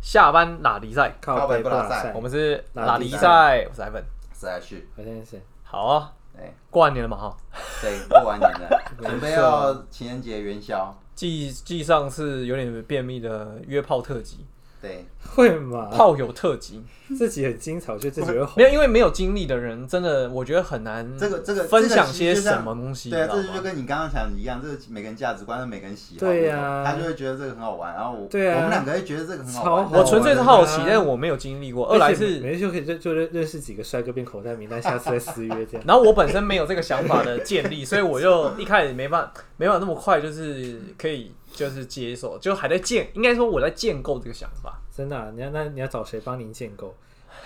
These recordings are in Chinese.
下班打比赛，靠北不拉塞我们是打打比比哎赛哎赛，我是 Ivan。是还是我先是好啊，对过完年了嘛哈，对，过完年 了，准备要情人节元宵，继继上次有点便秘的约炮特辑、对，会啊嘛？炮友特辑， 自己很精彩，就自己会红。没有，因为没有经历的人，真的我觉得很难这个这个分享些这个其实就像什么东西，对啊，这你知道就吗？跟你刚刚讲的一样，这个每个人价值观、每个人喜好不同，对啊他就会觉得这个很好玩，然后我对啊我们两个会觉得这个很好玩，超我纯粹是好奇好玩啊，但我没有经历过。二来而且是，没事就可以就就认认识几个帅哥变口袋名单，下次再私约这样。然后我本身没有这个想法的建 立，所以我就一开始没办没办法那么快，就是可以就是接受，就还在建，应该说我在建构这个想法。 真的啊、你要那你要找谁帮您建 构？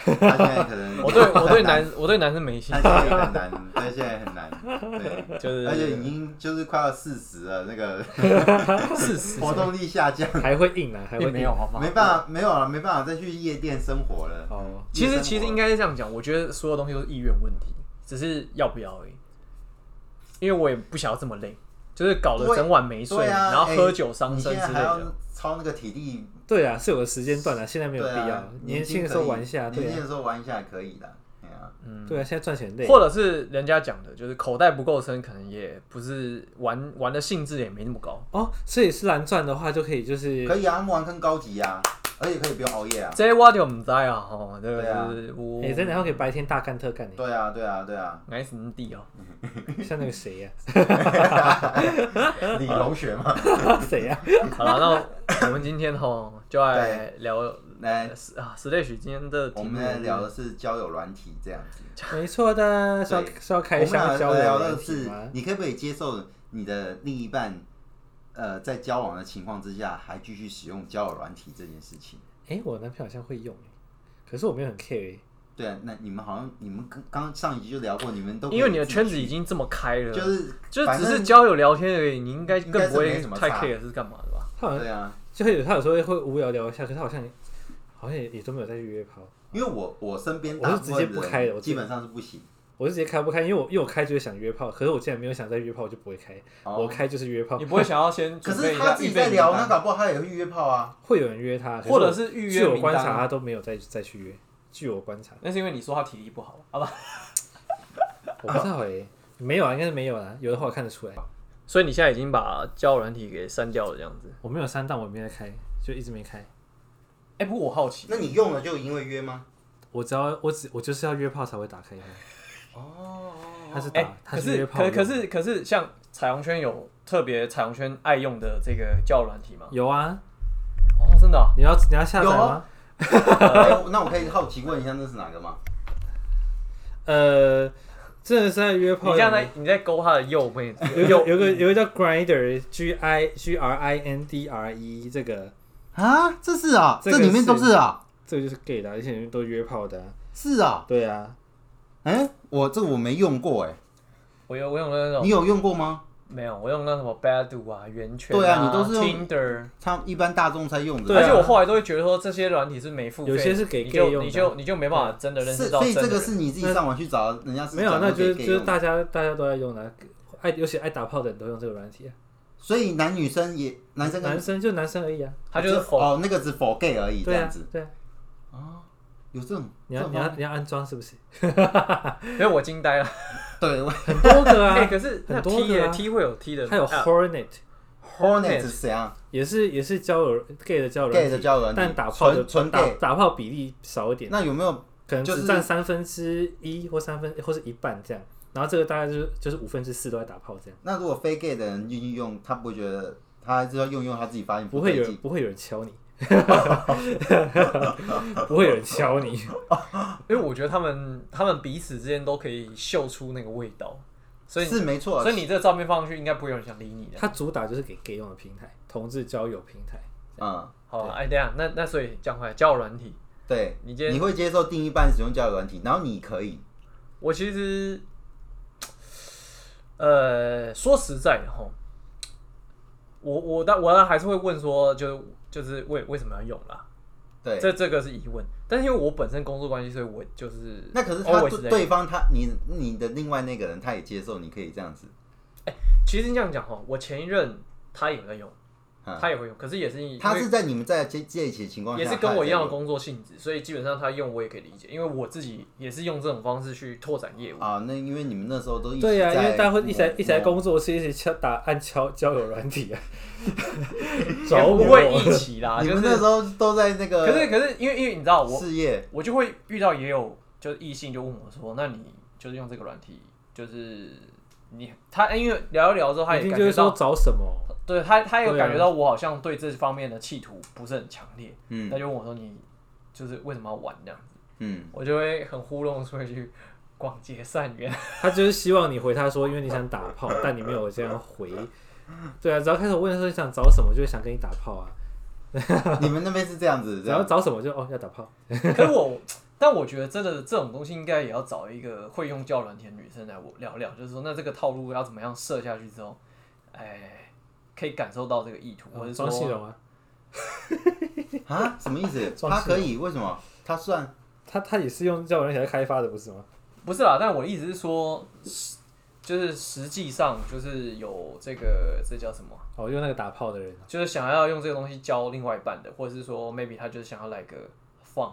他现在可能 我对我对男我对男生没兴他趣现，在很难，对，现在很难，对，就是而且已经就是快要四十了，那个事实活动力下 降，还会硬啊，还会并硬没有，。好不好没？办法，没有了，没办法再去夜店生活了。哦，其夜实生活其实应该是这样讲，我觉得所有东西都是意愿问题，只是要不要而已。因为我也不想要这么累，就是搞得对整晚没睡，对啊，然后喝哎酒伤身你之现类在还要的。操那个体力，对啊，是有个时间段啊，现在没有对必要。啊，年轻的时候可以玩一下，对年轻啊，的时候玩一下也可以的，对啊，对啊，现在赚钱累。或者是人家讲的，就是口袋不够深，可能也不是玩玩的兴致也没那么高。哦，所以是蓝钻的话，就可以就是可以啊，他们玩更高级啊，而且可以不用熬夜啊。这我就唔知啊，吼，这个对啊是我哎、真的，然后可以白天大干特干你，对啊，对啊，对啊，爱死你弟哦。像那个谁啊呀、李龙学嘛， 谁啊 呀、好了，那我们今天吼就来聊来， s- 啊，Slash 今天的我题目们来聊的是交友软体这样子。没错的，是要对是要开箱我交们流俩聊的问题是吗？你可不可以接受你的另一半，呃，在交往的情况之下还继续使用交友软体这件事情？哎、我男朋友好像会用，可是我没有很 care 对啊，那你们好像你们刚刚上一集就聊过，你们都可以因为你的自己圈子已经这么开了，就是就反只正是交友聊天而已，你应该应该更是不会没什么太差 care 是干嘛的吧？他好像对啊，就会有他有时候会无聊聊一下，可是他好像好像也也都没有再去约炮。因为我我身边我是大部直分接不开的人我基本上是不行。我是直接开不开，因为我因为我开就是想约炮，可是我既然没有想再约炮，我就不会开。哦我开就是约炮你，不会想要先可准备是一他下自己预备在聊，名那单搞不好他也会约炮啊。会有人约他，或者可是是预据约我名观单察，他啊。都没有再再去约。据我观察，那是因为你说他体力不好，好吧？我不知哦道哎、没有啊，应该是没有啦。有的话我看得出来，所以你现在已经把交友软体给删掉了，这样子。我没有删，但我没有在开，就一直没开。哎、不过我好奇，那你用了就因为约吗？我只要我只我就是要约炮才会打开它，哦，他是打、哎、啊他可是约是炮可用的，可是可是，像彩虹圈有特别彩虹圈爱用的这个交友软体吗？有啊，哦，真的啊、你要你要下载有吗？啊哎那我可以好奇问一下，那是哪个吗？呃，真的是在约你炮这用样的。在你在勾他的右妹子，有有有个有个叫 Grinder G I G R I N D R E 这个啊，这是啊，这个里面都是啊，这个就是 gay 的啊、而且都约炮的啊、是啊，对啊，哎，我这个我没用过哎， 我有我用那哦种你有用过吗？没有，我用那什么 Badu 啊、源泉、对啊你都是用 Tinder。他一般大众才用的，对啊而且我后来都会觉得说，这些软体是没付费的，有些是给你就 gay 用的啊你就你就没办法真的认是，识到所以真的这个人。是你自己上网去找，人家是没有，啊讲那说就是就给给是用的大家大家都在用的啊、爱尤其爱打炮的人都用这个软体、啊，所以男女生也男生跟男生就男生而已啊，他就是否哦，那个只否 gay 而已这对样啊子，对啊，哦有这种你这要种你方要你要安装是不是？因为我惊呆了。对我很多个哎，啊，可是那很多 T 个耶啊 T 会有 T 的， 还有啊 Hornet Hornet 是谁啊也是也是交友 gay 的交友软 gay 体的交友软体但打炮的纯纯打 gay，打炮比例少一点。那有没有可能就是只占三分之一或三分或是一半这样，然后这个大概就是就是五分之四都在打炮这样，那如果非 gay 的人愿意用，他不会觉得他还是要用用他自己发现不会对有劲人不会有人敲你， 不会有人敲你，因为我觉得他们他们彼此之间都可以嗅出那个味道，所以是没错，所以你这个照片放上去，应该不会有人想理你的。它主打就是给 gay 用的平台，同志交友平台。嗯，好啊，哎，等一下，那那所以讲回来，交友软体，对，你今天会接受另一半使用交友软体，然后你可以，我其实，呃，说实在的哈，我我但我还是会问说，就就是为为什么要用啦？对，这这个是疑问，但是因为我本身工作关系，所以我就是那可是他 always 在对对方他你你的另外那个人他也接受，你可以这样子，其实这样讲哈，我前一任他也有在用，他也会用，可是也是因为啊他是在你们在这这一起的情况下，也是跟我一样的他工作性质，所以基本上他用我也可以理解，因为我自己也是用这种方式去拓展业务。还在啊。那因为你们那时候都一起对啊呀、因为大家会一起来在一起来工作室，一起敲打按敲交友软体 啊，也找我不会一起啦，你啊就们是那时候都在那可是个可是因为因为你知道我事业我就会遇到也有就是异性就问我说，那你就是用这个软体，就是你他因为聊一聊之后，他一也定感就是觉说到，找什么，对他他有对啊感觉到我好像对这方面的企图不是很强烈，嗯他就问我说你就是为什么要玩这样子，嗯，我就会很糊弄地说一句广结善缘， 他就是希望你回他说，因为你想打炮，但你没有这样回。对啊，只要开始问说你想找什么，就会想跟你打炮啊。 你们那边是这样子，只这要样找什么就哦要打炮，可是我，但我觉得真的这种东西应该也要找一个会用教软体的女生来我聊聊，就是说那这个套路要怎么样设下去之后，哎，可以感受到这个意图，或者装系说统啊。啊？什么 意思？装饰他可以为什么？他算他他也是用交友软体来开发的，不是吗？不是啦，但我的意思是说，实就是实际上就是有这个这叫什么，哦，用那个打炮的人，就是想要用这个东西教另外一半的，或者是说 maybe 他就是想要来个放。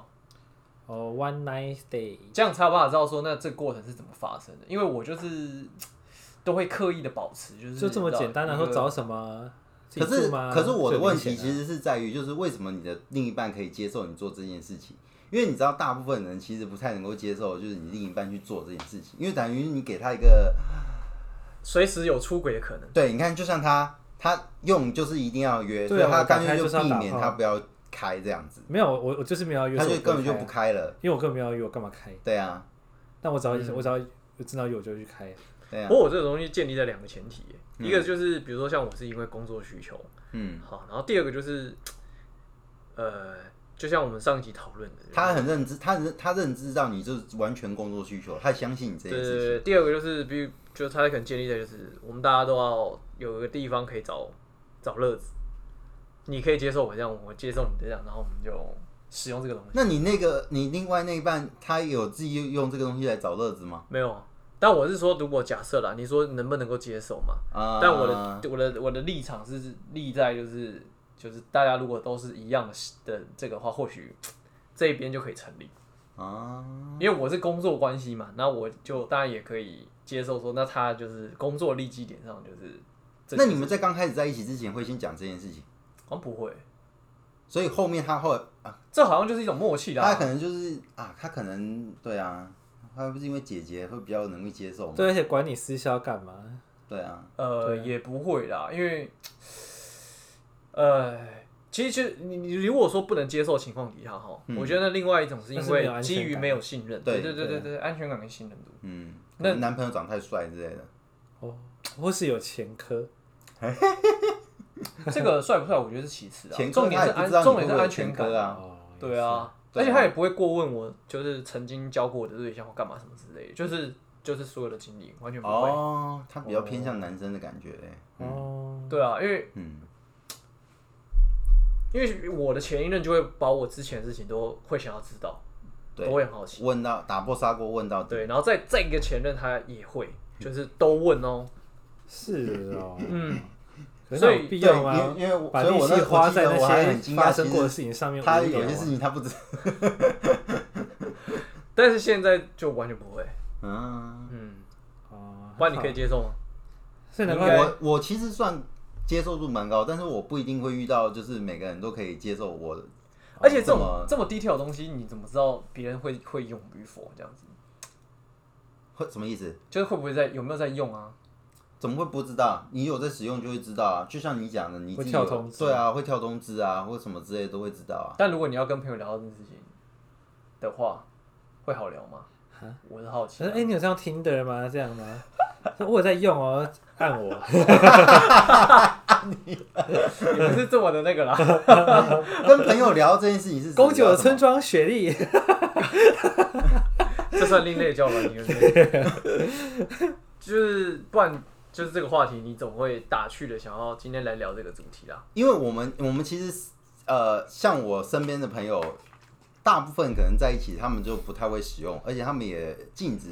哦，one night stay，这样才有办法知道说，那这个过程是怎么发生的。因为我就是都会刻意的保持，就是就这么你知道简单然一后个找什么？自可己是住吗可是我的问题就有其明显啊实是在于，就是为什么你的另一半可以接受你做这件事情？因为你知道，大部分人其实不太能够接受，就是你另一半去做这件事情，因为等于你给他一个随时有出轨的可能。对，你看，就像他，他用就是一定要约，对所啊以他我打干脆开就就是要避打免炮他不要开这样子，没有我我就是没有要约，他所以就我根本就开啊不开了。因为我根本没有要约，我干嘛开？对啊，但我只要、嗯我只要我知道有就去开，对啊不，过我这个东西建立在两个前提耶，一个就是比如说像我是因为工作需求，嗯，好，然后第二个就是，呃，就像我们上一集讨论的，他很认知，他认他认知到你就是完全工作需求，他相信你这对件对事情。对，第二个就是比如就是他可能建立在就是我们大家都要有一个地方可以找找乐子，你可以接受我这样，我接受你的这样，然后我们就使用这个东西。那你那个你另外那一半，他有自己用这个东西来找乐子吗？没有啊，但我是说，如果假设啦，你说能不能够接受嘛？啊、但我的我的我的立场是立在就是就是大家如果都是一样的的这个话，或许这一边就可以成立，啊，因为我是工作关系嘛，那我就当然也可以接受说，那他就是工作利基点上就是这那你们在刚开始在一起之前会先讲这件事情，好像不会，所以后面他后啊，这好像就是一种默契他啦。可能就是啊，他可能对啊，他不是因为姐姐会比较容易接受吗？对，而且管你私销干嘛？对啊，呃，对也不会啦，因为呃。其实就，你你如果说不能接受的情况底下哈，我觉得另外一种是但因是没有为安基全于感没有信任，嗯对对对对对对，啊安全感跟信任度。嗯，那那男朋友长太帅之类的，哦，或是有前科，这个帅不帅，我觉得是其次啊前，科重点是安他也不知道，你重点是会不会有安前全科感。啊。哦，对啊，而对啊且他也不会过问我，就是曾经交过我的对象或干嘛什么之类的，就是就是所有的经历完全不会。哦，他比较偏向男生的感觉嘞。也是，哦，对啊，因为嗯，因为我的前一任就会把我之前的事情都会想要知道，对都会很好奇。问到打破砂锅问到底。对，然后再再一个前任他也会，就是都问哦。是哦，嗯，可是所以有必对，要因吗为？因为我把所以力我那气花在我记得我还那很些惊发讶，生其过的实事情上面，他无聊有啊些事情他不知，但是现在就完全不会。嗯，嗯，哦，不然你可以接受吗？所以难怪我我其实算接受度蛮高，但是我不一定会遇到，就是每个人都可以接受我的。而且这这种么这么低调的东西，你怎么知道别人会会用与否？这样子，会什么意思？就是会不会在有没有在用啊？怎么会不知道？你有在使用就会知道啊，就像你讲的，你自会己跳有通知对啊，会跳通知啊，或什么之类都会知道啊。但如果你要跟朋友聊到这件事情的话，会好聊吗？我是好奇他啊、说：“哎、你有这样听的吗？这样吗？”我有在用哦，按我。也不是这么的那个啦。跟朋友聊这件事 情是宫九聊的什么村庄雪莉，这算另类交 流，你们就是不然就是这个话题，你总会打趣的想要今天来聊这个主题啦。因为我们我们其实呃，像我身边的朋友，大部分可能在一起，他们就不太会使用，而且他们也禁止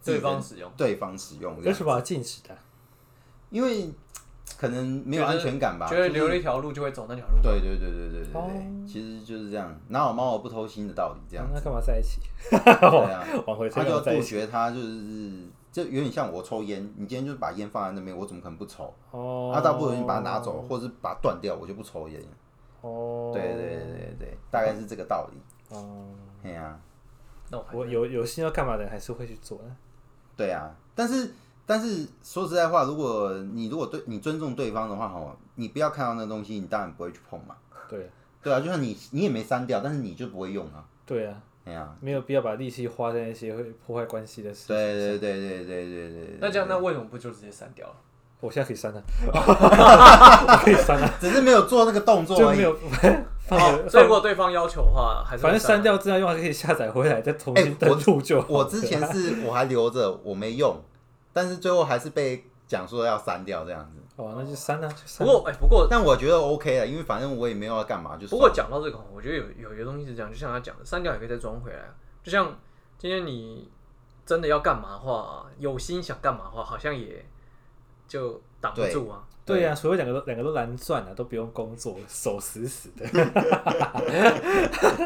自己对的方使用， 对方使用这为样什。么要禁止的？因为可能没有安全感吧，觉得就是留了一条路就会走那条路。对对对对对对哦对，其实就是这样，哪有猫我不偷腥的道理这样那子，干嘛在一起？对啊，往回他推，就要在一杜起。绝他就是就有点像我抽烟，你今天就是把烟放在那边，我怎么可能不抽？哦，他大不容易把它拿走，或者是把它断掉，我就不抽烟。哦，对对对对对，大概是这个道理。哦，哎呀、那我还我有有心要干嘛的人还是会去做的。对啊，但是但是说实在话，如果你如果对你尊重对方的话，吼，你不要看到那东西，你当然不会去碰嘛。对对啊，就像你你也没删掉，但是你就不会用啊。对啊，哎呀、没有必要把力气花在那些会破坏关系的事情。对对对对对对对对。那这样，那为什么不就直接删掉了？我现在可以删 了，我可以删了，只是没有 做哦那个动作就而没已。有 放着。所以如哦果对方要求的话，还是哦反会正删啊。掉资料用还是可以下载回来，再重新哎登录就好。我之前是我还留着，我没用，但是最后还是被讲说要删掉这样子。哦，那就删了，就不删了。过哎、不过但我觉得 OK 啊了，因为反正我也没有要干嘛，就不算过了讲到这个，我觉得有有一个东西是这样，就像他讲的，删掉也可以再装回来啊。就像今天你真的要干嘛的话，有心想干嘛的话，好像也就挡不住啊。对呀、啊，除非两个都两个都蓝钻了、啊，都不用工作，手死死的。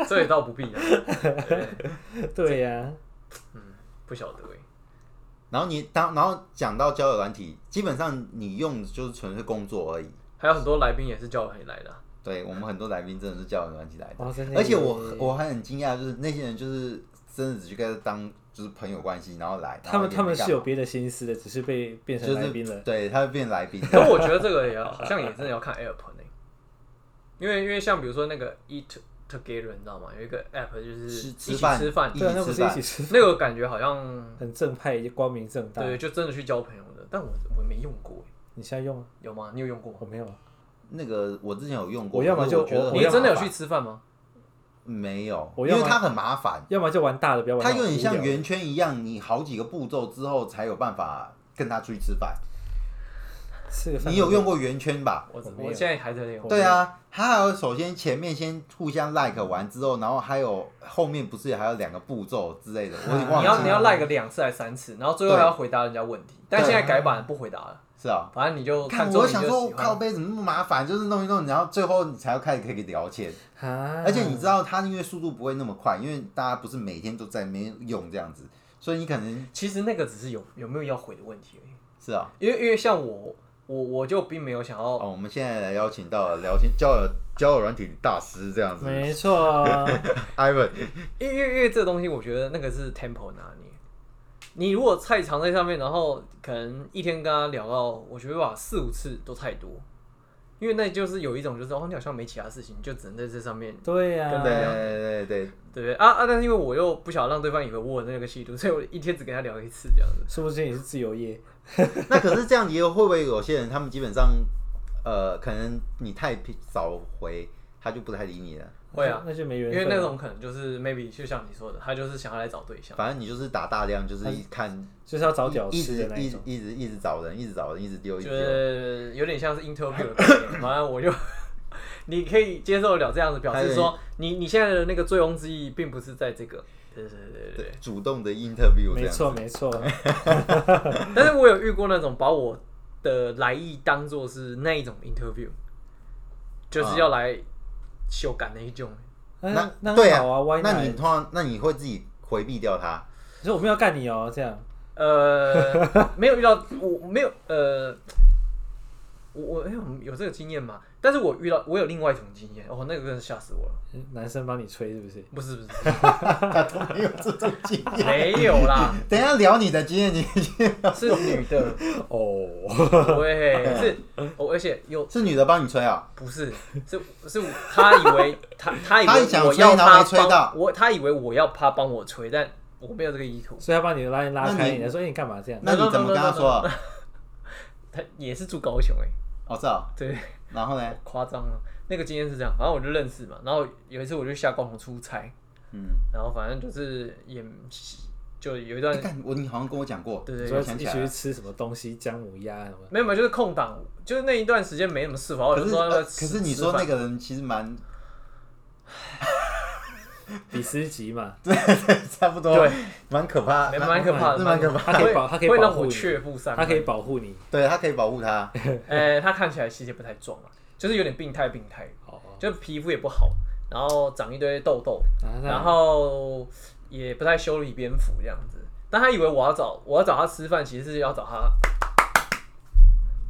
这也倒不必啊。对对呀、嗯，不晓得、欸、然后你当然后讲到交友软体，基本上你用的就是纯粹工作而已。还有很多来宾也是叫我你来 的啊、对我们很多来宾真的是交友软体来的，哦真的耶而且我我还很惊讶，就是那些人就是真的只去跟他当就是朋友关系，然后来，他们然他们后也没干嘛是有别的心思的，只是被变成来宾就了。是对，他会变来宾。可我觉得这个也要好像也真的要看 app 呢、因为因为像比如说那个 eat together，你知道吗？有一个 app 就是吃一吃起饭吃饭，一对啊，起那不吃是一饭起吃，那个感觉好像很正派，光明正大。对，就真的去交朋友的。但我我没用过、欸，你现在用啊？有吗？你有用过吗？我没有啊。那个我之前有用过，我要么可是就我觉得我很你真的有麻去烦吃饭吗？没有？我因要为么它很麻烦，要么就玩大的，不要玩它那种有点像无聊的圆圈一样，你好几个步骤之后才有办法跟他出去吃饭。吃个饭。你有用过圆圈吧？我我没有我现在还在用。对啊，还有首先前面先互相 like 完之后，然后还有后面不是还有两个步骤之类的，我也忘啊你要记你了。要赖个两次还是三次，然后最后还要回答人家问题。但现在改版不回答了，是啊，反正你就看看中我就你想就说喜靠欢。背怎么那么麻烦，就是弄一弄，然后最后你才要开始可以聊天。啊？而且你知道它因为速度不会那么快，因为大家不是每天都在没用这样子，所以你可能其实那个只是有有没有要回的问题而已。是啊。因为因为像我我我就并没有想要哦，我们现在来邀请到了聊天交友交友软体大师这样子没嗯错， ，Ivan，因为因为因为这个东西，我觉得那个是 tempo 拿捏。你如果菜藏在上面，然后可能一天跟他聊到，我觉得吧四五次都太多，因为那就是有一种就是哦，你好像没其他事情，你就只能在这上面，对呀、对对对对，对不对啊啊！但是因为我又不想让对方以为我有那个气度，所以我一天只跟他聊一次这样子。说不定你是自由业，那可是这样，也有会不会有些人他们基本上，呃，可能你太少回，他就不太理你了。会啊那就没因缘分啊。为那种可能就是 maybe 就像你说的，他就是想要来找对象。反正你就是打大量，就是一看就是要找屌一丝的直那一一直种。一直一直找人，一直找人，一直丢，一就直丢。是有点像是 interview 的概念，反正我就你可以接受得了这样子，表示说你你现在的那个醉翁之意并不是在这个，对对对对对，主动的 interview 这没样错子，没错， 对。 但是我有遇过那种把我的来意当做是那一种 interview，就是要来修改那一种。那那对很啊好啊，Why，那 not？你通常那你会自己回避掉他？你说我没有要干你哦，这样呃，没有遇到，我没有呃，我我哎、我有这个经验吗？但是我遇到我有另外一种经验，哦，那个真的吓死我了。男生帮你吹是不是？不是不是，他都没有这种经验。 没有啦，等一下聊你的经验，你 是女的。哦， 对，是，哦、而且又是女的帮你吹啊？不是，是是他以为他他以他为想我吹要然后他没吹到帮我，他以为我要他帮我吹，但我没有这个意图。 所以他帮你拉拉那开，你你还说哎你干嘛这样？那你怎么跟他说啊？他也是住高雄哎、哦，是啊。对，然后呢？夸张了。那个经验是这样，然后我就认识嘛，然后有一次我就下高雄出差，嗯，然后反正就是也就有一段哎，干我你好像跟我讲过，对对说我一想起起来去了。吃什么东西，姜母鸭什么？没有没有，就是空档，就是那一段时间没什么事，然后我可就是说要不呃要可吃是你吃说饭那个人其实蛮比比斯吉嘛， 差不多，对，蛮可怕，蛮蛮可怕的，哦是蛮可怕。他可以保，他可以会保让护我你，却步上他可以保护你。对，它可以保护它。呃、他看起来其实也不太壮啊，就是有点病态病态，哦，就皮肤也不好，然后长一堆痘痘，然然后后也不太修理蝙蝠这样子。但他以为我要找我要找他吃饭，其实是要找他，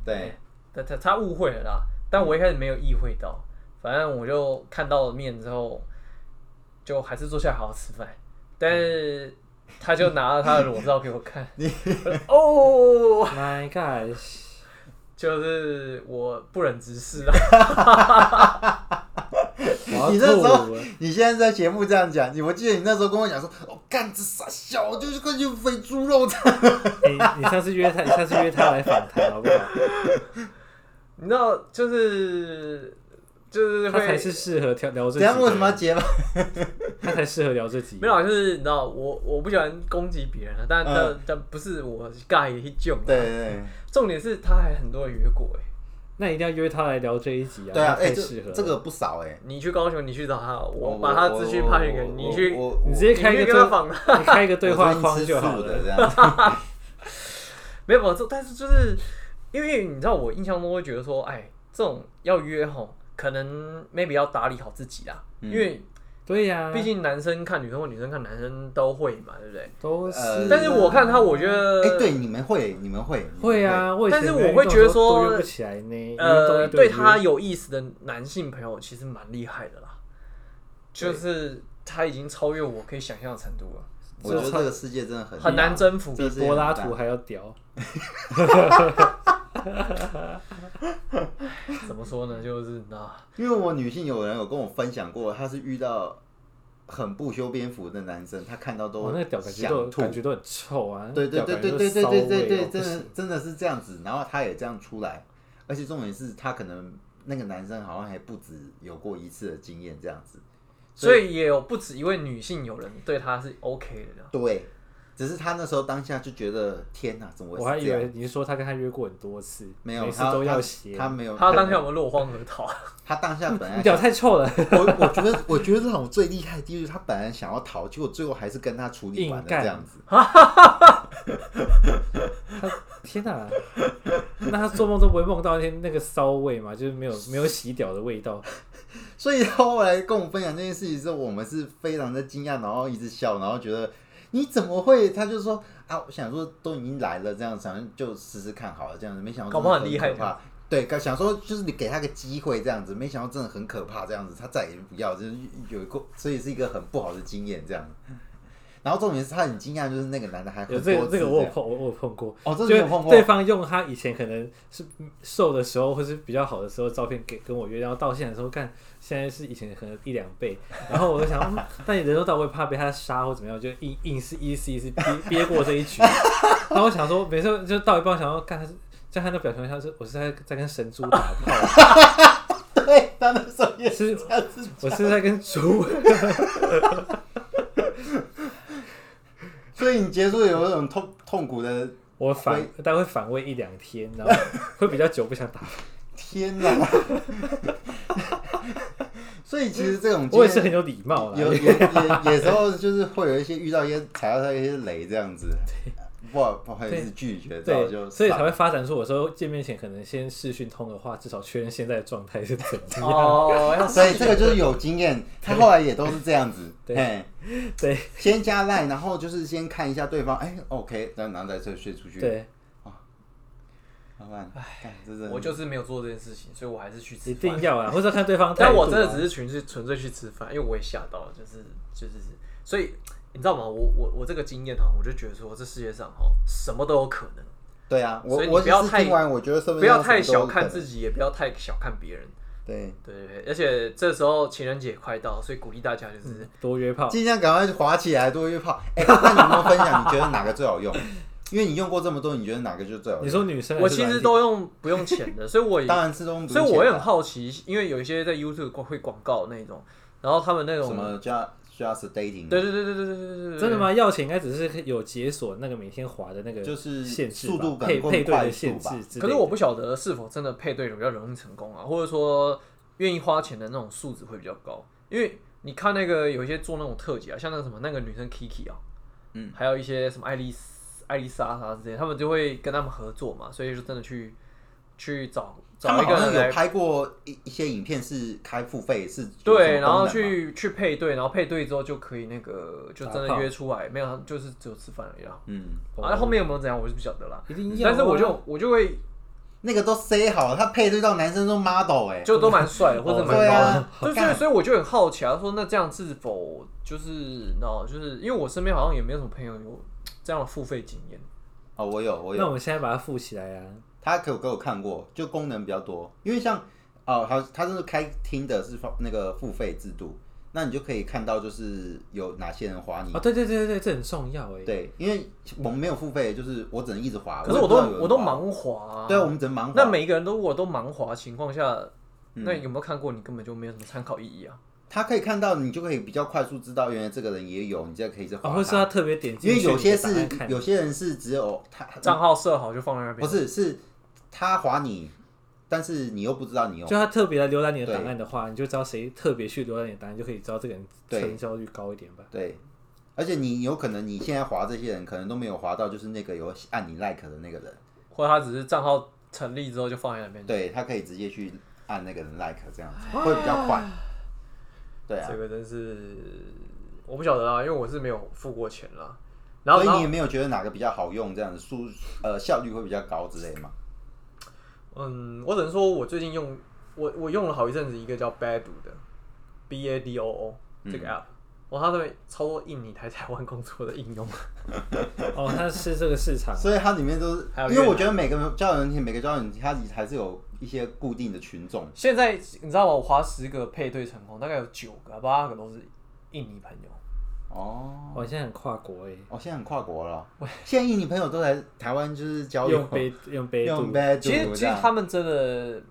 对，他他他误会了啦。但我一开始没有意会到，反正我就看到了面之后，就还是坐下来好好吃饭。但是他就拿了他的裸照给我看，我说 哦， My God，就是我不忍直视啊。你那时候我要吐了，你现在在节目这样讲，你我记得你那时候跟我讲说，哦，干这傻小，就是快去肥猪肉的。你你上次约他，你上次约他来访谈好不好？你知道，就是就是他才会是适合聊聊这集的等一下人，为什么要结巴？他才适合聊这集？没有啊，就是你知道，我我不喜欢攻击别人啊，但但、嗯但不是我尬也去救。对，对重点是他还很多人约过哎，那一定要约他来聊这一集对，啊！对啊，他哎，太适合这了这个不少哎。你去高雄，你去找他，我我把他资讯派给你，你去我我你直接开一你个去跟他访对，你开一个对话我框最近吃就好素的了。这样。没有没有这，但是就是因为你知道，我印象中会觉得说，哎，这种要约吼，可能 maybe 要打理好自己啦，因为对呀，毕竟男生看女生或女生看男生都会嘛，对不对？都呃是。但是我看他，我觉得，哎，对，你们会，你们会，你们会。啊，我以前但是没有我会运动的觉得时候都说约不起来呢。呃，运动一堆对约他有意思的男性朋友其实蛮厉害的啦，就是他已经超越我可以想象的程度了，我觉得这个世界真的很很难征服。这是柏拉图还要屌，怎么说呢？就是啊你知道，因为我女性友人有跟我分享过，她是遇到很不修边幅的男生，她看到哇，都哦那个屌感觉都想吐。感觉都很臭啊！对对屌对感觉对都对对骚对味对哦不 对，真的行真的是这样子，然后她也这样出来，而且重点是她可能那个男生好像还不止有过一次的经验这样子，所以也有不止一位女性友人对他是 OK 的啦。对，只是她那时候当下就觉得天哪，怎么我还会是以这样？为你是说他跟他约过很多次，没有，每次她都要她写。啊她没有，他当下有没有落荒而 逃？她当下本来 你屌太臭了，我我觉得，我觉得这种最厉害的就是他本来想要逃，结果最后还是跟他处理完了硬干这样子。天哪！ 那他做梦都不会梦到那天那个骚味嘛？就是没有没有洗屌的味道。所以他后来跟我分享这件事情之后，我们是非常的惊讶，然后一直笑，然后觉得你怎么会？他就说啊，我想说都已经来了，这样想就试试看好了，这样子。没想到搞不好很真的厉害可怕。对，刚想说就是你给他个机会这样子，没想到真的很可怕这样子，他再也不要，就是有一个，所以是一个很不好的经验这样。然后重点是他很惊讶，就是那个男的还很有多这个这次个我有样 碰我我有碰过，哦，这就个你是有碰过对方用他以前可能是瘦的时候或是比较好的时候的照片给跟我约，然后到现在的时候看现在是以前可能一两倍，然后我就想，嗯、但你人都到，我也怕被他杀或怎么样，我就硬硬是一是一是憋憋过这一局。然后我想说，每次就到一半我想要看他是，像他那表情像是我是在在跟神猪打炮，对，他那时候也是这样子我是在跟猪。所以你结束有一种痛痛苦的我反，但会反胃一两天，然后会比较久不想打。天哪！ 所以其实这种经我也验是很有礼貌啦，有有有有时候就是会有一些遇到一些踩到他一些雷这样子，不好不好意思拒绝到就对，所以才算会发展出我说见面前可能先视讯通的话，至少确认现在的状态是怎样。哦， 要所以这个就是有 经验，他后来也都是这样子，对嘿， 对先加赖，然后就是先看一下对方，哎，OK，然后然后再睡睡出去，，对，老板，干这是我就是没有做这件事情，所以我还是去吃一饭定。要啊，或者看对方态但度啊。我真的只是纯粹纯粹去吃饭，因为我也吓到了，就是就是，所以你知道吗？我我我这个经验哈，我就觉得说这世界上哈什么都有可能。对啊，我所以你我不要只是太听完，我觉得身不要太什么小都看可能自己，也不要太小看别人。对。对对对，而且这时候情人节快到，所以鼓励大家就是，多约炮，尽量赶快滑起来，多约炮。 哎、那你有没有分享？你觉得哪个最好用？ 因为你用过这么多，你觉得哪个就最好你用？说女生还我是其软实体都用不用钱的，所以我也当然是用不所用钱的啊，以我也很好奇，因为有一些在 YouTube 会广告那种，然后他们那什种，么 just just dating，啊啊对对对对对对对对，对真的？吗？要钱应该只是有解锁那个每天滑的那个就是限制吧速度感配更配对快的速限制吧之类的。可是我不晓得是否真的配对比较容易成功啊，或者说愿意花钱的那种素质会比较高，因为你看那个有一些做那种特辑啊，像那个什么那个女生 Kiki 啊，嗯，还有一些什么艾丽丝艾丽莎莎之类，他们就会跟他们合作嘛，所以就真的去去找他找一们好个像人有来拍过一一些影片是开付费，是有对，什么功能然后吗去去配对，然后配对之后就可以那个就真打的炮约出来，没有就是只有吃饭而已啦。嗯，哦啊，后面有没有怎样，我是不晓得啦。一定要啊但是我就我就会那个都塞好了，他配对到男生都 model 哎、就都蛮帅的，或者蛮高对的啊，对，所以干所以我就很好奇啊，说那这样是否就是你知道，就是因为我身边好像也没有什么朋友有这样的付费经验，哦，我有我有嗯那，我们现在把它附起来啊，他给我给我看过，就功能比较多，因为像哦，他他就是开听的是付那个付费制度，那你就可以看到就是有哪些人划你。啊，对对对对对，这很重要哎。对，因为我们没有付费，就是啊我只能一直划。可是我也都不知道有人我都划，盲滑啊，对啊，我们只能盲那划。每一个人都我都盲滑的情况下，嗯那有没有看过？你根本就没有什么参考意义啊。他可以看到，你就可以比较快速知道原来这个人也有，你这可以再啊，哦划或是他。他特别点进因去，为有些你是就打开看有些人是只有他账号设好就放在那边，啊不是是他划你，但是你又不知道你有就他特别来浏览你的档案的话，你就知道谁特别去浏览你的档案，就可以知道这个人对成交率高一点吧。对，而且你有可能你现在划这些人，可能都没有划到，就是那个有按你 like 的那个人，或者他只是账号成立之后就放在那边。对他可以直接去按那个人 like 这样啊子，会比较快。对啊这，个真是我不晓得啊啦，因为我是没有付过钱啦。然后所以然你后也没有觉得哪个比较好用，这样子速呃效率会比较高之类嘛？嗯，我只能说我最近用我我用了好一阵子一个叫 Badu 的 B A D O O 这嗯个 app，哇，它对超多印尼台 台湾工作的应用，哦，他是这个市场，所以它里面都是还有，因为越我觉得每个交友软件，每个交友软件它还是有一些固定的群众。现在你知道吗？我划十个配对成功，大概有九个八个都是印尼朋友。哦，我现在很跨国哎，哦，现在很跨国了，现在印尼朋友都来台湾就是交友用，杯用杯用度，杯，其实其实他们真的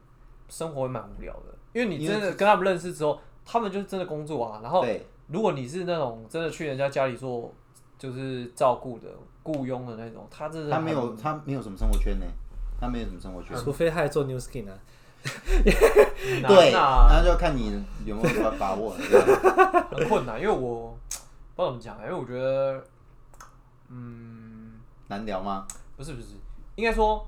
生活也蛮无聊的，因为你真的跟他们认识之后，他们就是真的工作啊。然后对如果你是那种真的去人家家里做就是照顾的雇佣的那种，他哦啊真的他没还有他没有什么生活圈呢，他没有什么生活圈。除非他还做 New Skin 啊，很难对，啊，那就看你有没有把把握。对吧很困难。因为我不知道怎么讲，因为我觉得，嗯，难聊吗？不是不是，应该说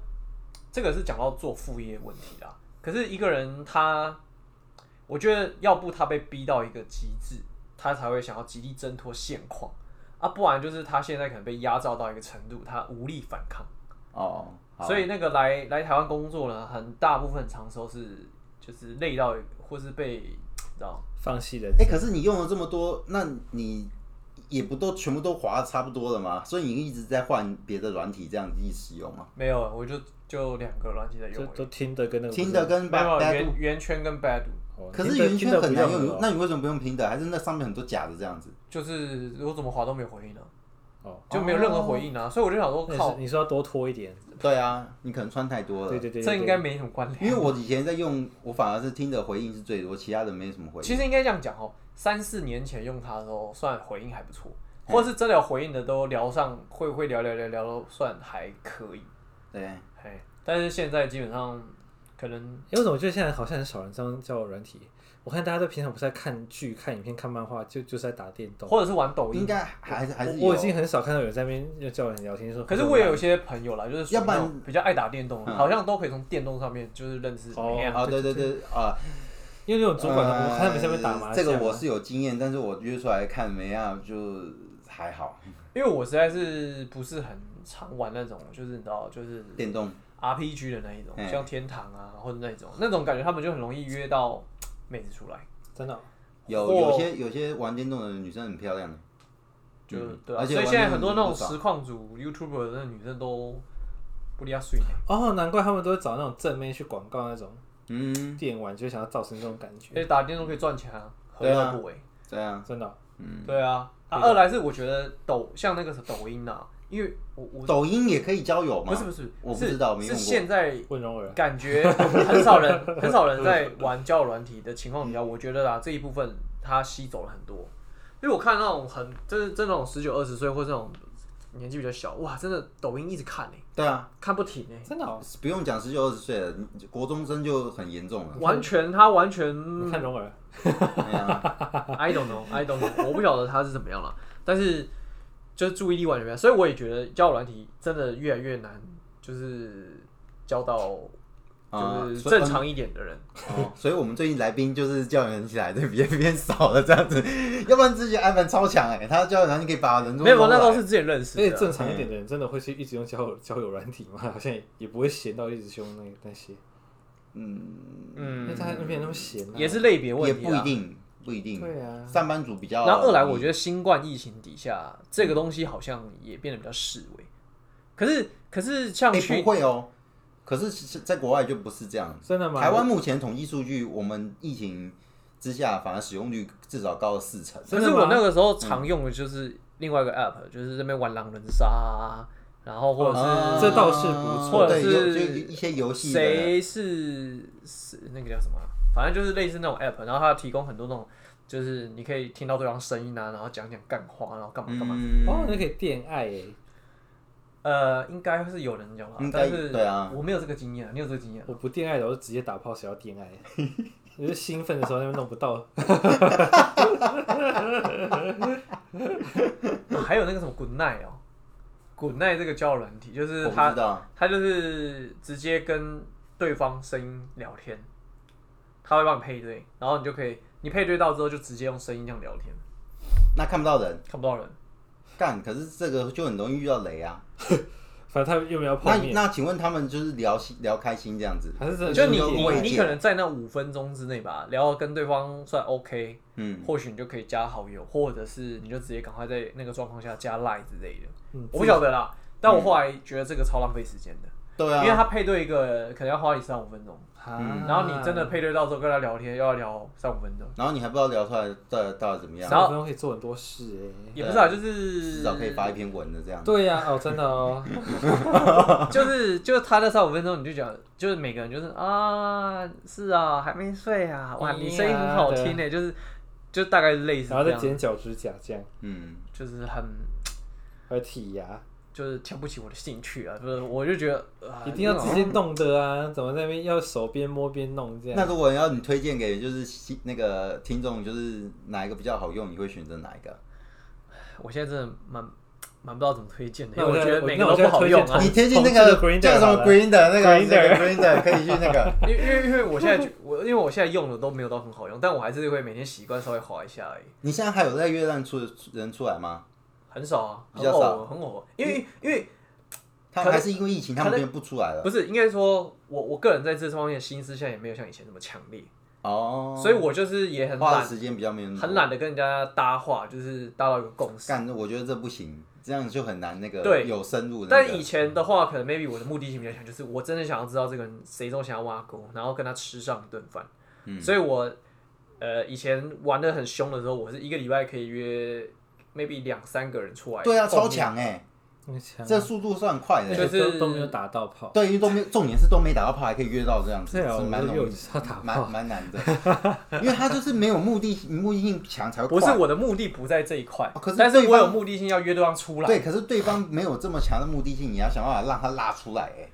这个是讲到做副业问题啦。可是一个人他，我觉得要不他被逼到一个极致，他才会想要极力挣脱现况啊，不然就是他现在可能被压榨到一个程度，他无力反抗。哦，好所以那个来来台湾工作呢，很大部分常说是就是累到或是被你知道放弃人哎、可是你用了这么多，那你也不都全部都划得差不多了吗？所以你一直在换别的软体，这样一直使用吗？没有，我就就两个软体在就用而已，都听的跟那个听的跟没有啊 Badu- 圆圆圈跟 Badu，不哦是，可是圆圆圈很难用，哦那你为什么不用拼的？还是那上面很多假的这样子？就是我怎么滑都没有回应啊，哦，就没有任何回应啊，所以我就想说那靠是，你说要多拖一点，对啊，你可能穿太多了。对对对，这对应该没什么关 因为联。我以前在用，我反而是听的回应是最多，其他的没什么回 应。其实应该这样讲哦，三四年前用它的时候，算回应还不错，或是真的有回应的都聊上，会会聊聊聊聊都算还可以，对，哎，但是现在基本上可能哎，为什么我觉得现在好像很少人这样交友软体？我看大家都平常不是在看剧、看影片、看漫画，就就是在打电动。或者是玩抖音应。该还是还是我我已有经很少看到有人在那边用交友软体聊天说。可是我也有些朋友啦，就是属于要不然那种比较爱打电动的，嗯好像都可以从电动上面就是认识怎么样。啊，对对对啊，因为那种主管，呃我看他们下面打麻将啊。这个我是有经验，但是我约出来看没啊，就还好。因为我实在是不是很常玩那种，就是你知道，就是电动 RPG 的那一种，嗯像天堂啊或者那种，那种感觉他们就很容易约到妹子出来，真的哦，有或有些有些玩电动的女生很漂亮的，就嗯对啊。而且所以现在很多那种玩电动实况组 YouTuber 的女生都不离啊睡呢。哦，难怪他们都会找那种正面去广告那种嗯，电玩，就想要造成这种感觉。而且打电动可以赚钱啊，何对啊乐不为？对啊，真的哦，嗯，对啊。啊，对二来是我觉得抖像那个是抖音啊，因为我我抖音也可以交友吗？不是不是，我不是知道没用是过现在温柔尔感觉很少人很少人在玩交友软体的情况底下，我觉得啦这一部分它吸走了很多，因为我看那种很就是这种十九二十岁或这种年纪比较小，哇，真的抖音一直看呢、欸对啊，看不停呢、欸真的哦、不用讲十九二十岁了，你国中生就很严重了。完全他完全嗯你看蓉儿，哎呀 I don't know I don't know，我不晓得他是怎么样了，但是就是注意力完全没有，所以我也觉得交友软体真的越来越难，就是交到啊就是所以正常一点的人。哦，所以我们最近来宾就是叫人起来的比变少了这样子，要不然之前安凡超强哎、他叫人你可以把人都没有，捞那来都是之前认识而且的啊、正常一点的人真的会去一直用交友交友软体嘛， 好像也也不会闲到一直去用那那些，因为嗯，大家那边那么闲、啊，也是类别也问题不一啦。定，不一定。对啊上班族比较。然后二来，我觉得新冠疫情底下，这个东西好像也变得比较示威。可是，可是像哎、去、不会哦，可是是在国外就不是这样。真的吗？台湾目前统计数据，我们疫情之下，反而使用率至少高了四成。可真的是吗我那个时候嗯常用的就是另外一个 app，、就是这边玩狼人杀、啊，然后或者是、哦啊这倒是不错或者哦对，有就是一些游戏的，谁是是那个叫什么啊、反正就是类似那种 app，然后它提供很多那种，就是你可以听到对方声音啊，然后讲讲干话，然后干嘛干嘛。嗯哦，那可以恋爱耶，呃，应该是有人有啦应，该但是对啊我没有这个经验啊，你有这个经验啊？我不恋爱的，我就直接打炮，谁要恋 爱？我就兴奋的时候那边弄不到，哦还有那个什么 Good Night 哦，Good Night 这个交友软体，就是我不他知道。他就是直接跟对方声音聊天，他会帮你配对，然后你就可以，你配对到之后就直接用声音这样聊天，那看不到人看不到人。干，可是这个就很容易遇到雷啊。反正他又没有泡那面，那请问他们就是聊心聊开心这样子，还是真的就就是你有你外你界可能在那五分钟之内吧，聊到跟对方算 OK，嗯，或许你就可以加好友，或者是你就直接赶快在那个状况下加 Line 之类的。嗯我不晓得啦，但我后来觉得这个超浪费时间的，嗯对啊，因为他配对一个可能要花你三五分钟，啊嗯然后你真的配对到之后跟他聊天又要聊三五分钟，然后你还不知道聊出来到底到底怎么样，然然后后可以做很多事哎。也不是啊，就至是少可以发一篇文的这样。对呀、哦，真的哦， 就是就是他那三五分钟，你就讲，就是每个人就是啊，是啊，还没睡啊，哇，哎呀你声音很好听呢，就是就大概类似啊然这后再样，剪脚趾甲这样，嗯，就是很还有剔牙，就是挑不起我的兴趣啊，就是我就觉得啊，一定要直接弄的啊，怎么在那边要手边摸边弄这样？那如果要你推荐给就是新那个听众，就是哪一个比较好用，你会选择哪一个？我现在真的蛮蛮不知道怎么推荐的，那因我为现觉在得每个那我都现不在好推荐用啊同，你贴近那哦同志的个 Grindr 叫什好么了 Green 的那个 Grindr 那个 Green 的，可以去那个。 因为因为因为我现在 觉我因为我现在用的都没有到很好用，但我还是会每天习惯稍微滑一下而已。你现在还有在月亮出人出来吗？很少啊，比很较偶少嗯尔，很偶尔，因为因为他们还是因为疫情，他们变不出来了。不是应该说，我我个人在这方面的心思现在也没有像以前那么强烈，哦，所以我就是也很花的懒，时间比较没有那么多很。懒得跟人家搭话，就是搭到一个共识。干，我觉得这不行，这样就很难那个对有深入那但个以。前的话，可能 maybe 我的目的性比较强，就是我真的想要知道这个人谁都想要挖沟，然后跟他吃上一顿饭。嗯所以我呃以前玩的很凶的时候，我是一个礼拜可以约 maybe 两三个人出来。对啊，超。强哎，那强这速度算快哦的就欸。是哎都都没有打到炮。对，因为都没重点是都没打到炮，还可以约到这样子，对啊，是我蛮们容有易，要打蛮炮，蛮难的。 因为他就是没有目的，目的性强才会不快。是我的目的不在这一块，哦可是但对是我方有目的性要约对方出来。对，可是对方没有这么强的目的性，你要想办法让他拉出来、欸。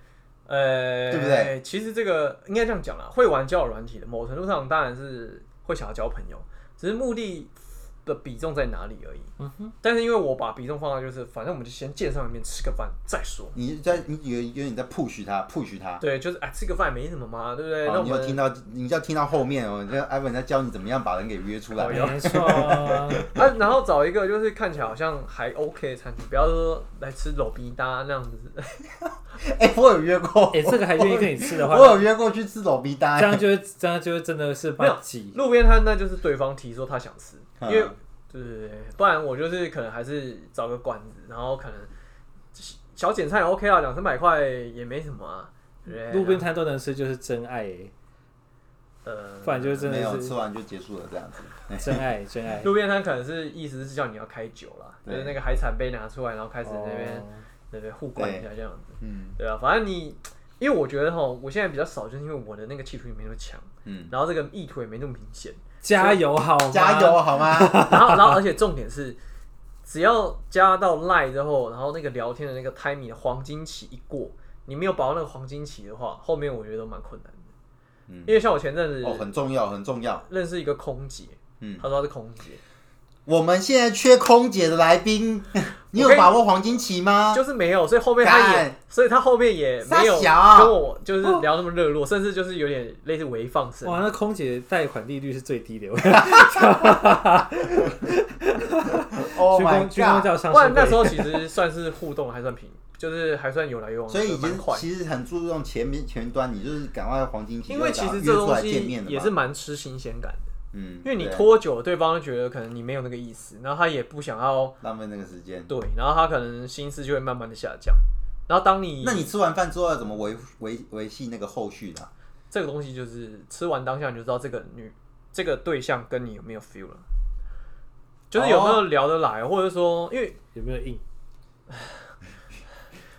呃，对不对？其实这个应该这样讲啦，会玩交友软体的，某程度上当然是会想要交朋友，只是目的的比重在哪里而已。嗯哼。但是因为我把比重放在就是，反正我们就先见上一面吃个饭再说。你在你有有点在 push 他，push 他。对，就是哎，吃个饭没什么嘛，对不对？那哦，我你有听们到，你就要听到后面哦，你这艾文在教你怎么样把人给约出来哦。没错啊，啊，然后找一个就是看起来好像还 OK 的餐厅，不要说来吃老逼搭那样子。哎、我有约过，哎、这个还愿意跟你吃的话， 我有约过去吃老逼单、这样就会这样就会真的是没有把挤路边摊那就是对方提说他想吃，嗯因为对对对，不然我就是可能还是找个馆子，然后可能小小简餐也 OK 啊，两三百块也没什么啊。对不对路边摊都能吃，就是真爱、欸，呃，不然就真没有的吃是完就结束了这样子。真爱真爱。路边摊可能是意思是叫你要开酒啦，就是对那个海产杯拿出来，然后开始那边、哦那边互灌一下这样子。嗯对啊，反正你，因为我觉得哈，我现在比较少，就是因为我的那个企图也没那么强，嗯，然后这个意图也没那么明显，加油好吗？加油好吗？然后然后而且重点是只要加到 Line 之后，然后那个聊天的那个 timing 的黄金期一过，你没有把握那个黄金期的话，后面我觉得都蛮困难的。嗯因为像我前阵子 哦，很重要，很重要。认识一个空姐，嗯，她说她是空姐，我们现在缺空姐的来宾，你有我跟你把握黄金期吗？就是没有，所以后面她也哦干，所以她后面也没有傻小跟我就是聊那么热络，甚至就是有点类似微放生。哇，那空姐贷款利率是最低的，我 Oh 去 my 公去公 god！教上不然市那时会。候其实算是互动，还算平，就是还算有来有往，所以已蛮经快。其实很注重前面前端，你就是赶快黄金期，因为其实就这是赶东快约出来见西面的也嘛是，蛮吃新鲜感的，嗯，因为你对拖久了，对方就觉得可能你没有那个意思，然后他也不想要浪费那个时间。对，然后他可能心思就会慢慢的下降。然后当你那你吃完饭之后要怎么维维维系那个后续的啊？这个东西就是吃完当下你就知道这个女这个对象跟你有没有 feel 了，就是有没哦有聊得来，或者说因为有没有硬？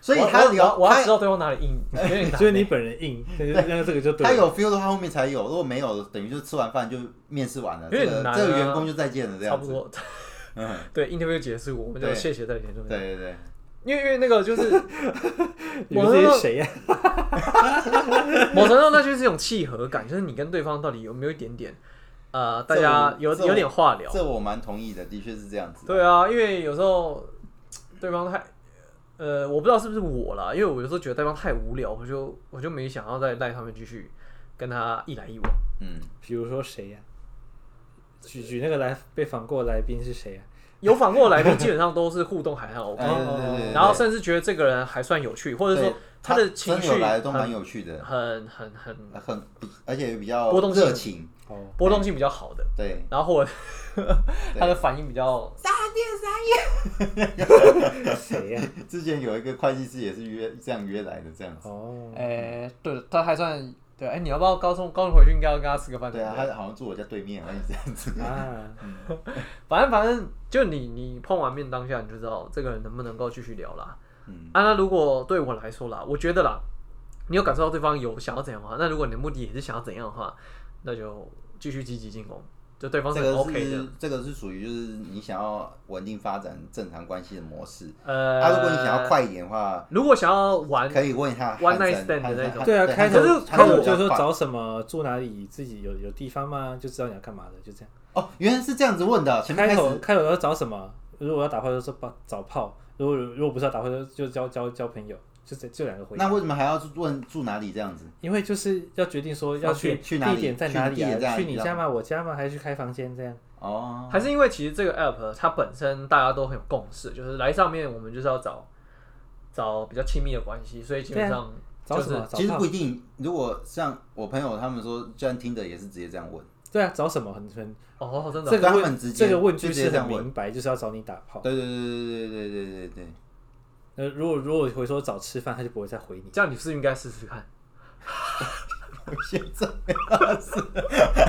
所以我他我聊我我要知他道对方哪里硬，有点难 欸就是你本人硬，那就那这个就对他了。有 feel 的话，后面才有；如果没有，等于就吃完饭就面试完了，有这点个难啊这个员工就再见了这差样不子。多。 嗯，对，interview 结束，我们就对谢谢再联络。对对对，因为因为那个就是 你们这些谁啊呀？某程度那就是一种契合感，就是你跟对方到底有没有一点点呃，大家这我有这我有点话聊。这我蛮同意的，的确是这样子。对啊，因为有时候对方太呃，我不知道是不是我啦，因为我有时候觉得对方太无聊，我就我就没想要在赖上面继续跟他一来一往。嗯，比如说谁呀？举举那个来被访过的来宾是谁呀？啊有访过的来宾，基本上都是互动还很 OK，哎对对对对对哦然后甚至觉得这个人还算有趣，或者说对他的情真绪有来都蛮很有趣的，很很很很比而且比较波动性热情。哦，波动性比较好的，对，然后或者他的反应比较谁啊呀？之前有一个会计师也是约这样约来的，这样子。 哦，哎、对，他还算对。哎、你要不要高中高中回去应该要跟他吃个饭？对啊，不他好像住我家对面，好像这样子。啊，反正反正就你你碰完面当下你就知道这个人能不能够继续聊啦。嗯啊，那如果对我来说啦，我觉得啦，你有感受到对方有想要怎样的话，那如果你的目的也是想要怎样的话，那就继续积极进攻，就对方这很个 OK 的是。这个是属于就是你想要稳定发展正常关系的模式。呃，啊，如果你想要，快一点的话，如果想要玩，可以问一下呃 One 汉 night 森 stand 的汉森那种汉对啊，对开他头可是他开可头是就比说较找什么住哪里，自己有有地方吗？就知道你要干嘛的，就这样。哦，原来是这样子问的，前面开开头始开头要找什么？如果要打炮就说炮找炮，如果如果不是要打炮就就交交交朋友，就这这两个回答。那为什么还要问住哪里这样子？因为就是要决定说要去去哪里地点在去哪地里点在啊？哪去里你啊家吗？我家吗？还是去开房间这样？哦，还是因为其实这个 app 它本身大家都很有共识，就是来上面我们就是要找找比较亲密的关系，所以基本对啊上找就什是么？其实找不炮？一定。如果像我朋友他们说，虽然听的也是直接这样问，对啊，找什么很很哦，真的哦这个他们问直接这个问句就直接是这样很问明白，就是要找你打炮。对对对对对对对对对。那如果如果回说找吃饭，他就不会再回你。这样你是不是应该试试看？我现在没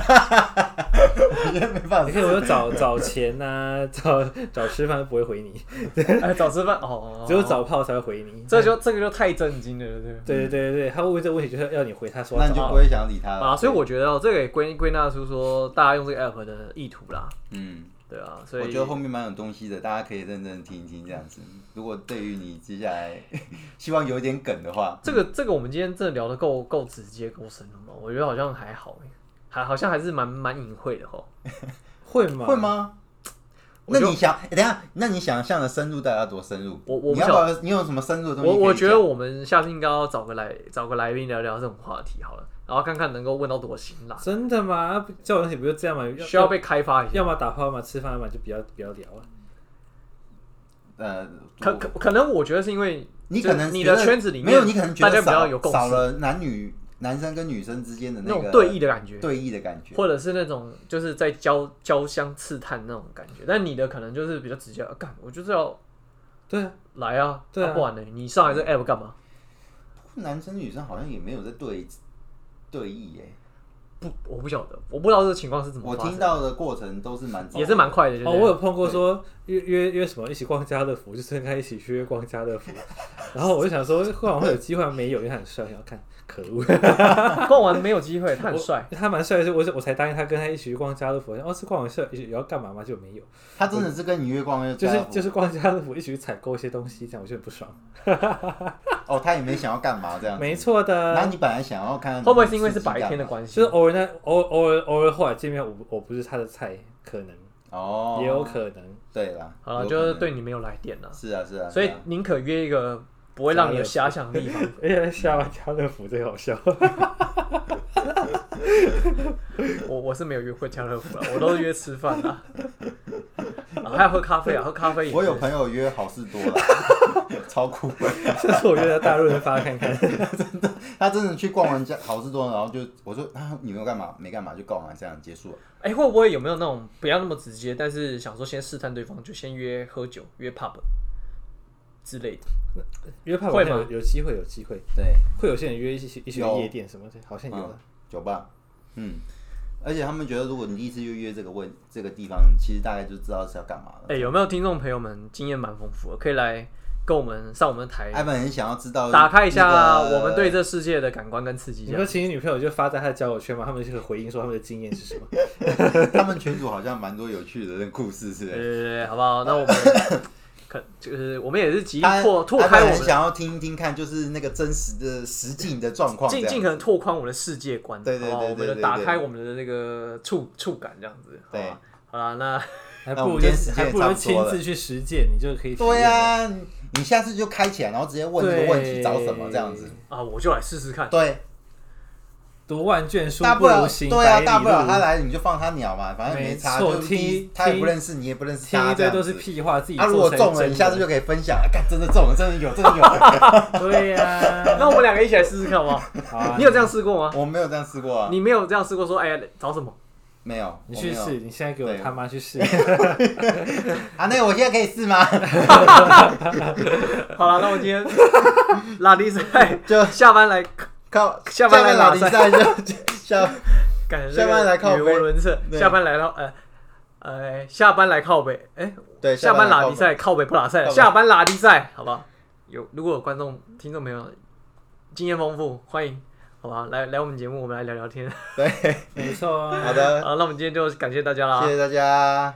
办法，我现在没办你法。看，我就找找钱 呐、找找吃饭就不会回你，哎，早吃饭哦，只有找炮才会回你。嗯这就这个就太震惊了，对不对？对对对对，他问这个问题就是要你回他说那要你就找不炮。会想要理他了啊，所以我觉得哦这个也归归纳出说大家用这个 app 的意图啦，嗯，对啊，所以我觉得后面蛮有东西的，大家可以认真听一听这样子。如果对于你接下来 希望有一点梗的话，这个这个我们今天真的聊的够够直接够深了嘛？我觉得好像还好欸还好像还是蛮蛮隐晦的吼。会吗？会？吗？我那就你想，欸等一下，那你想象的深入大概多深入？我我不你要晓不要？你有什么深入的东西我可以讲？我觉得我们下次应该要找个来找个来宾聊聊这种话题好了，然后看看能够问到多辛辣，真的吗？交友问题不就这样吗？需要被开发一下。要么打炮，要么吃饭，要么就不要不要聊啊。呃，可可可能我觉得是因为你就是可能你觉的得圈子里面没有，你可能觉大家得比较少有共少识，了男女男生跟女生之间的那种个对弈的感觉。对弈的感觉。或者是那种就是在交交相刺探那种感觉，但你的可能就是比较直接，啊干、我就是要对啊，来啊，对啊啊不然呢？你上来这个 app 干嘛？男生女生好像也没有在对对弈耶、不，我不晓得，我不知道这个情况是怎么我发生听到的过程都是蛮早的也是蛮快的，哦，就是、我有碰过说约约约什么一起逛家乐 福，就是跟他一起去约逛家乐福，然后我就想说，会往会有机会吗没有，因为他很帅，很好看，可恶！ 逛完没有机会，他很帅。他蛮帅的，所以我是我才答应他跟他一起去逛家乐福。我想哦，是逛完社也要干嘛吗？就没有，他真的是跟你越逛啊越就是在乎就是逛家乐福，一起去采购一些东西，这样我就很不爽。哦，他也没想要干嘛这样嗯子。没错那的，你本来想要看，会不会是因为是白天的关系？就是偶尔呢，偶偶尔偶尔后来见面，我不我不是他的菜，可能、哦，也有可能。对啦，好了，有就是可能对你没有来电了，是啊是啊，所以是啊宁可约一个不会让你有遐想的地方。而且下完啊家乐福最好笑， 我我是没有约会家乐福了，我都是约吃饭啦、啊，还有喝咖啡啊，喝咖啡也是我有朋友约好事多了， 超酷。这次我约到大润发看看。他真的去逛完家好事多，然后就我说啊，你没有干嘛？没干嘛，就逛完这样结束了。哎、会不会有没有那种不要那么直接，但是想说先试探对方，就先约喝酒、约 pub 之类的？约炮会好像有吗有机会，有机会，对，会有些人约一起去一起去有夜店什么的，好像有嗯了。，酒吧，嗯。而且他们觉得，如果你第一次就约这个问这个地方，其实大概就知道是要干嘛了。哎、有没有听众朋友们经验蛮丰富的，可以来跟我们上我们的台，艾本很想要知道、哎打开一下那个我们 对这世界的感官跟刺激你这说样。情侣女朋友就发在他的交友圈嘛，他们就会回应说他们的经验是什么。他们群主好像蛮多有趣的故事是对的。对对对，好不好？那我们 可就是我们也是极力他拓拓他开我很们的，想要听听看，就是那个真实的实际的状况，尽这样尽可能拓宽我们的世界观，对对对好不好我们对的对打对开我们的那个触触感这样子。好吧对，好啦，那还 那不我如们就今天是时间还也不如差不多亲了自去实践，你就可以体对验了呀、你你下次就开起来，然后直接问这个问题找什么这样子。啊，我就来试试看。对，读万卷书大不如了行对啊，百大不了他里路。来你就放他鸟嘛，反正也没差，没错就是第一听他也不认识你，也不认识听他，一这堆样都是屁话，自己他、啊、如果中了，你一下次就可以分享，啊干、真的中了，真的有，真的 有。对呀。 那我们两个一起来试试看好不好？好啊你有这样试过吗？我没有这样试过啊，你没有这样试过说，哎呀，找什么？没有，你我去没有试，你现在给我对他妈去 试，啊？那个我现在可以 试吗？好了，那我今天 拉力 赛就下班来 靠下班来拉拉比比赛就就下感觉下班来靠语北无伦次，对下班来到呃呃下班来靠北，哎， 对下班拉拉力赛靠北不拉赛，靠北下班拉力赛，好不好？有如果有观众听众朋友经验丰富，欢迎。好吧，来来我们节目，我们来聊聊天。对，没错啊。好的，呃好，那我们今天就感谢大家啦。谢谢大家。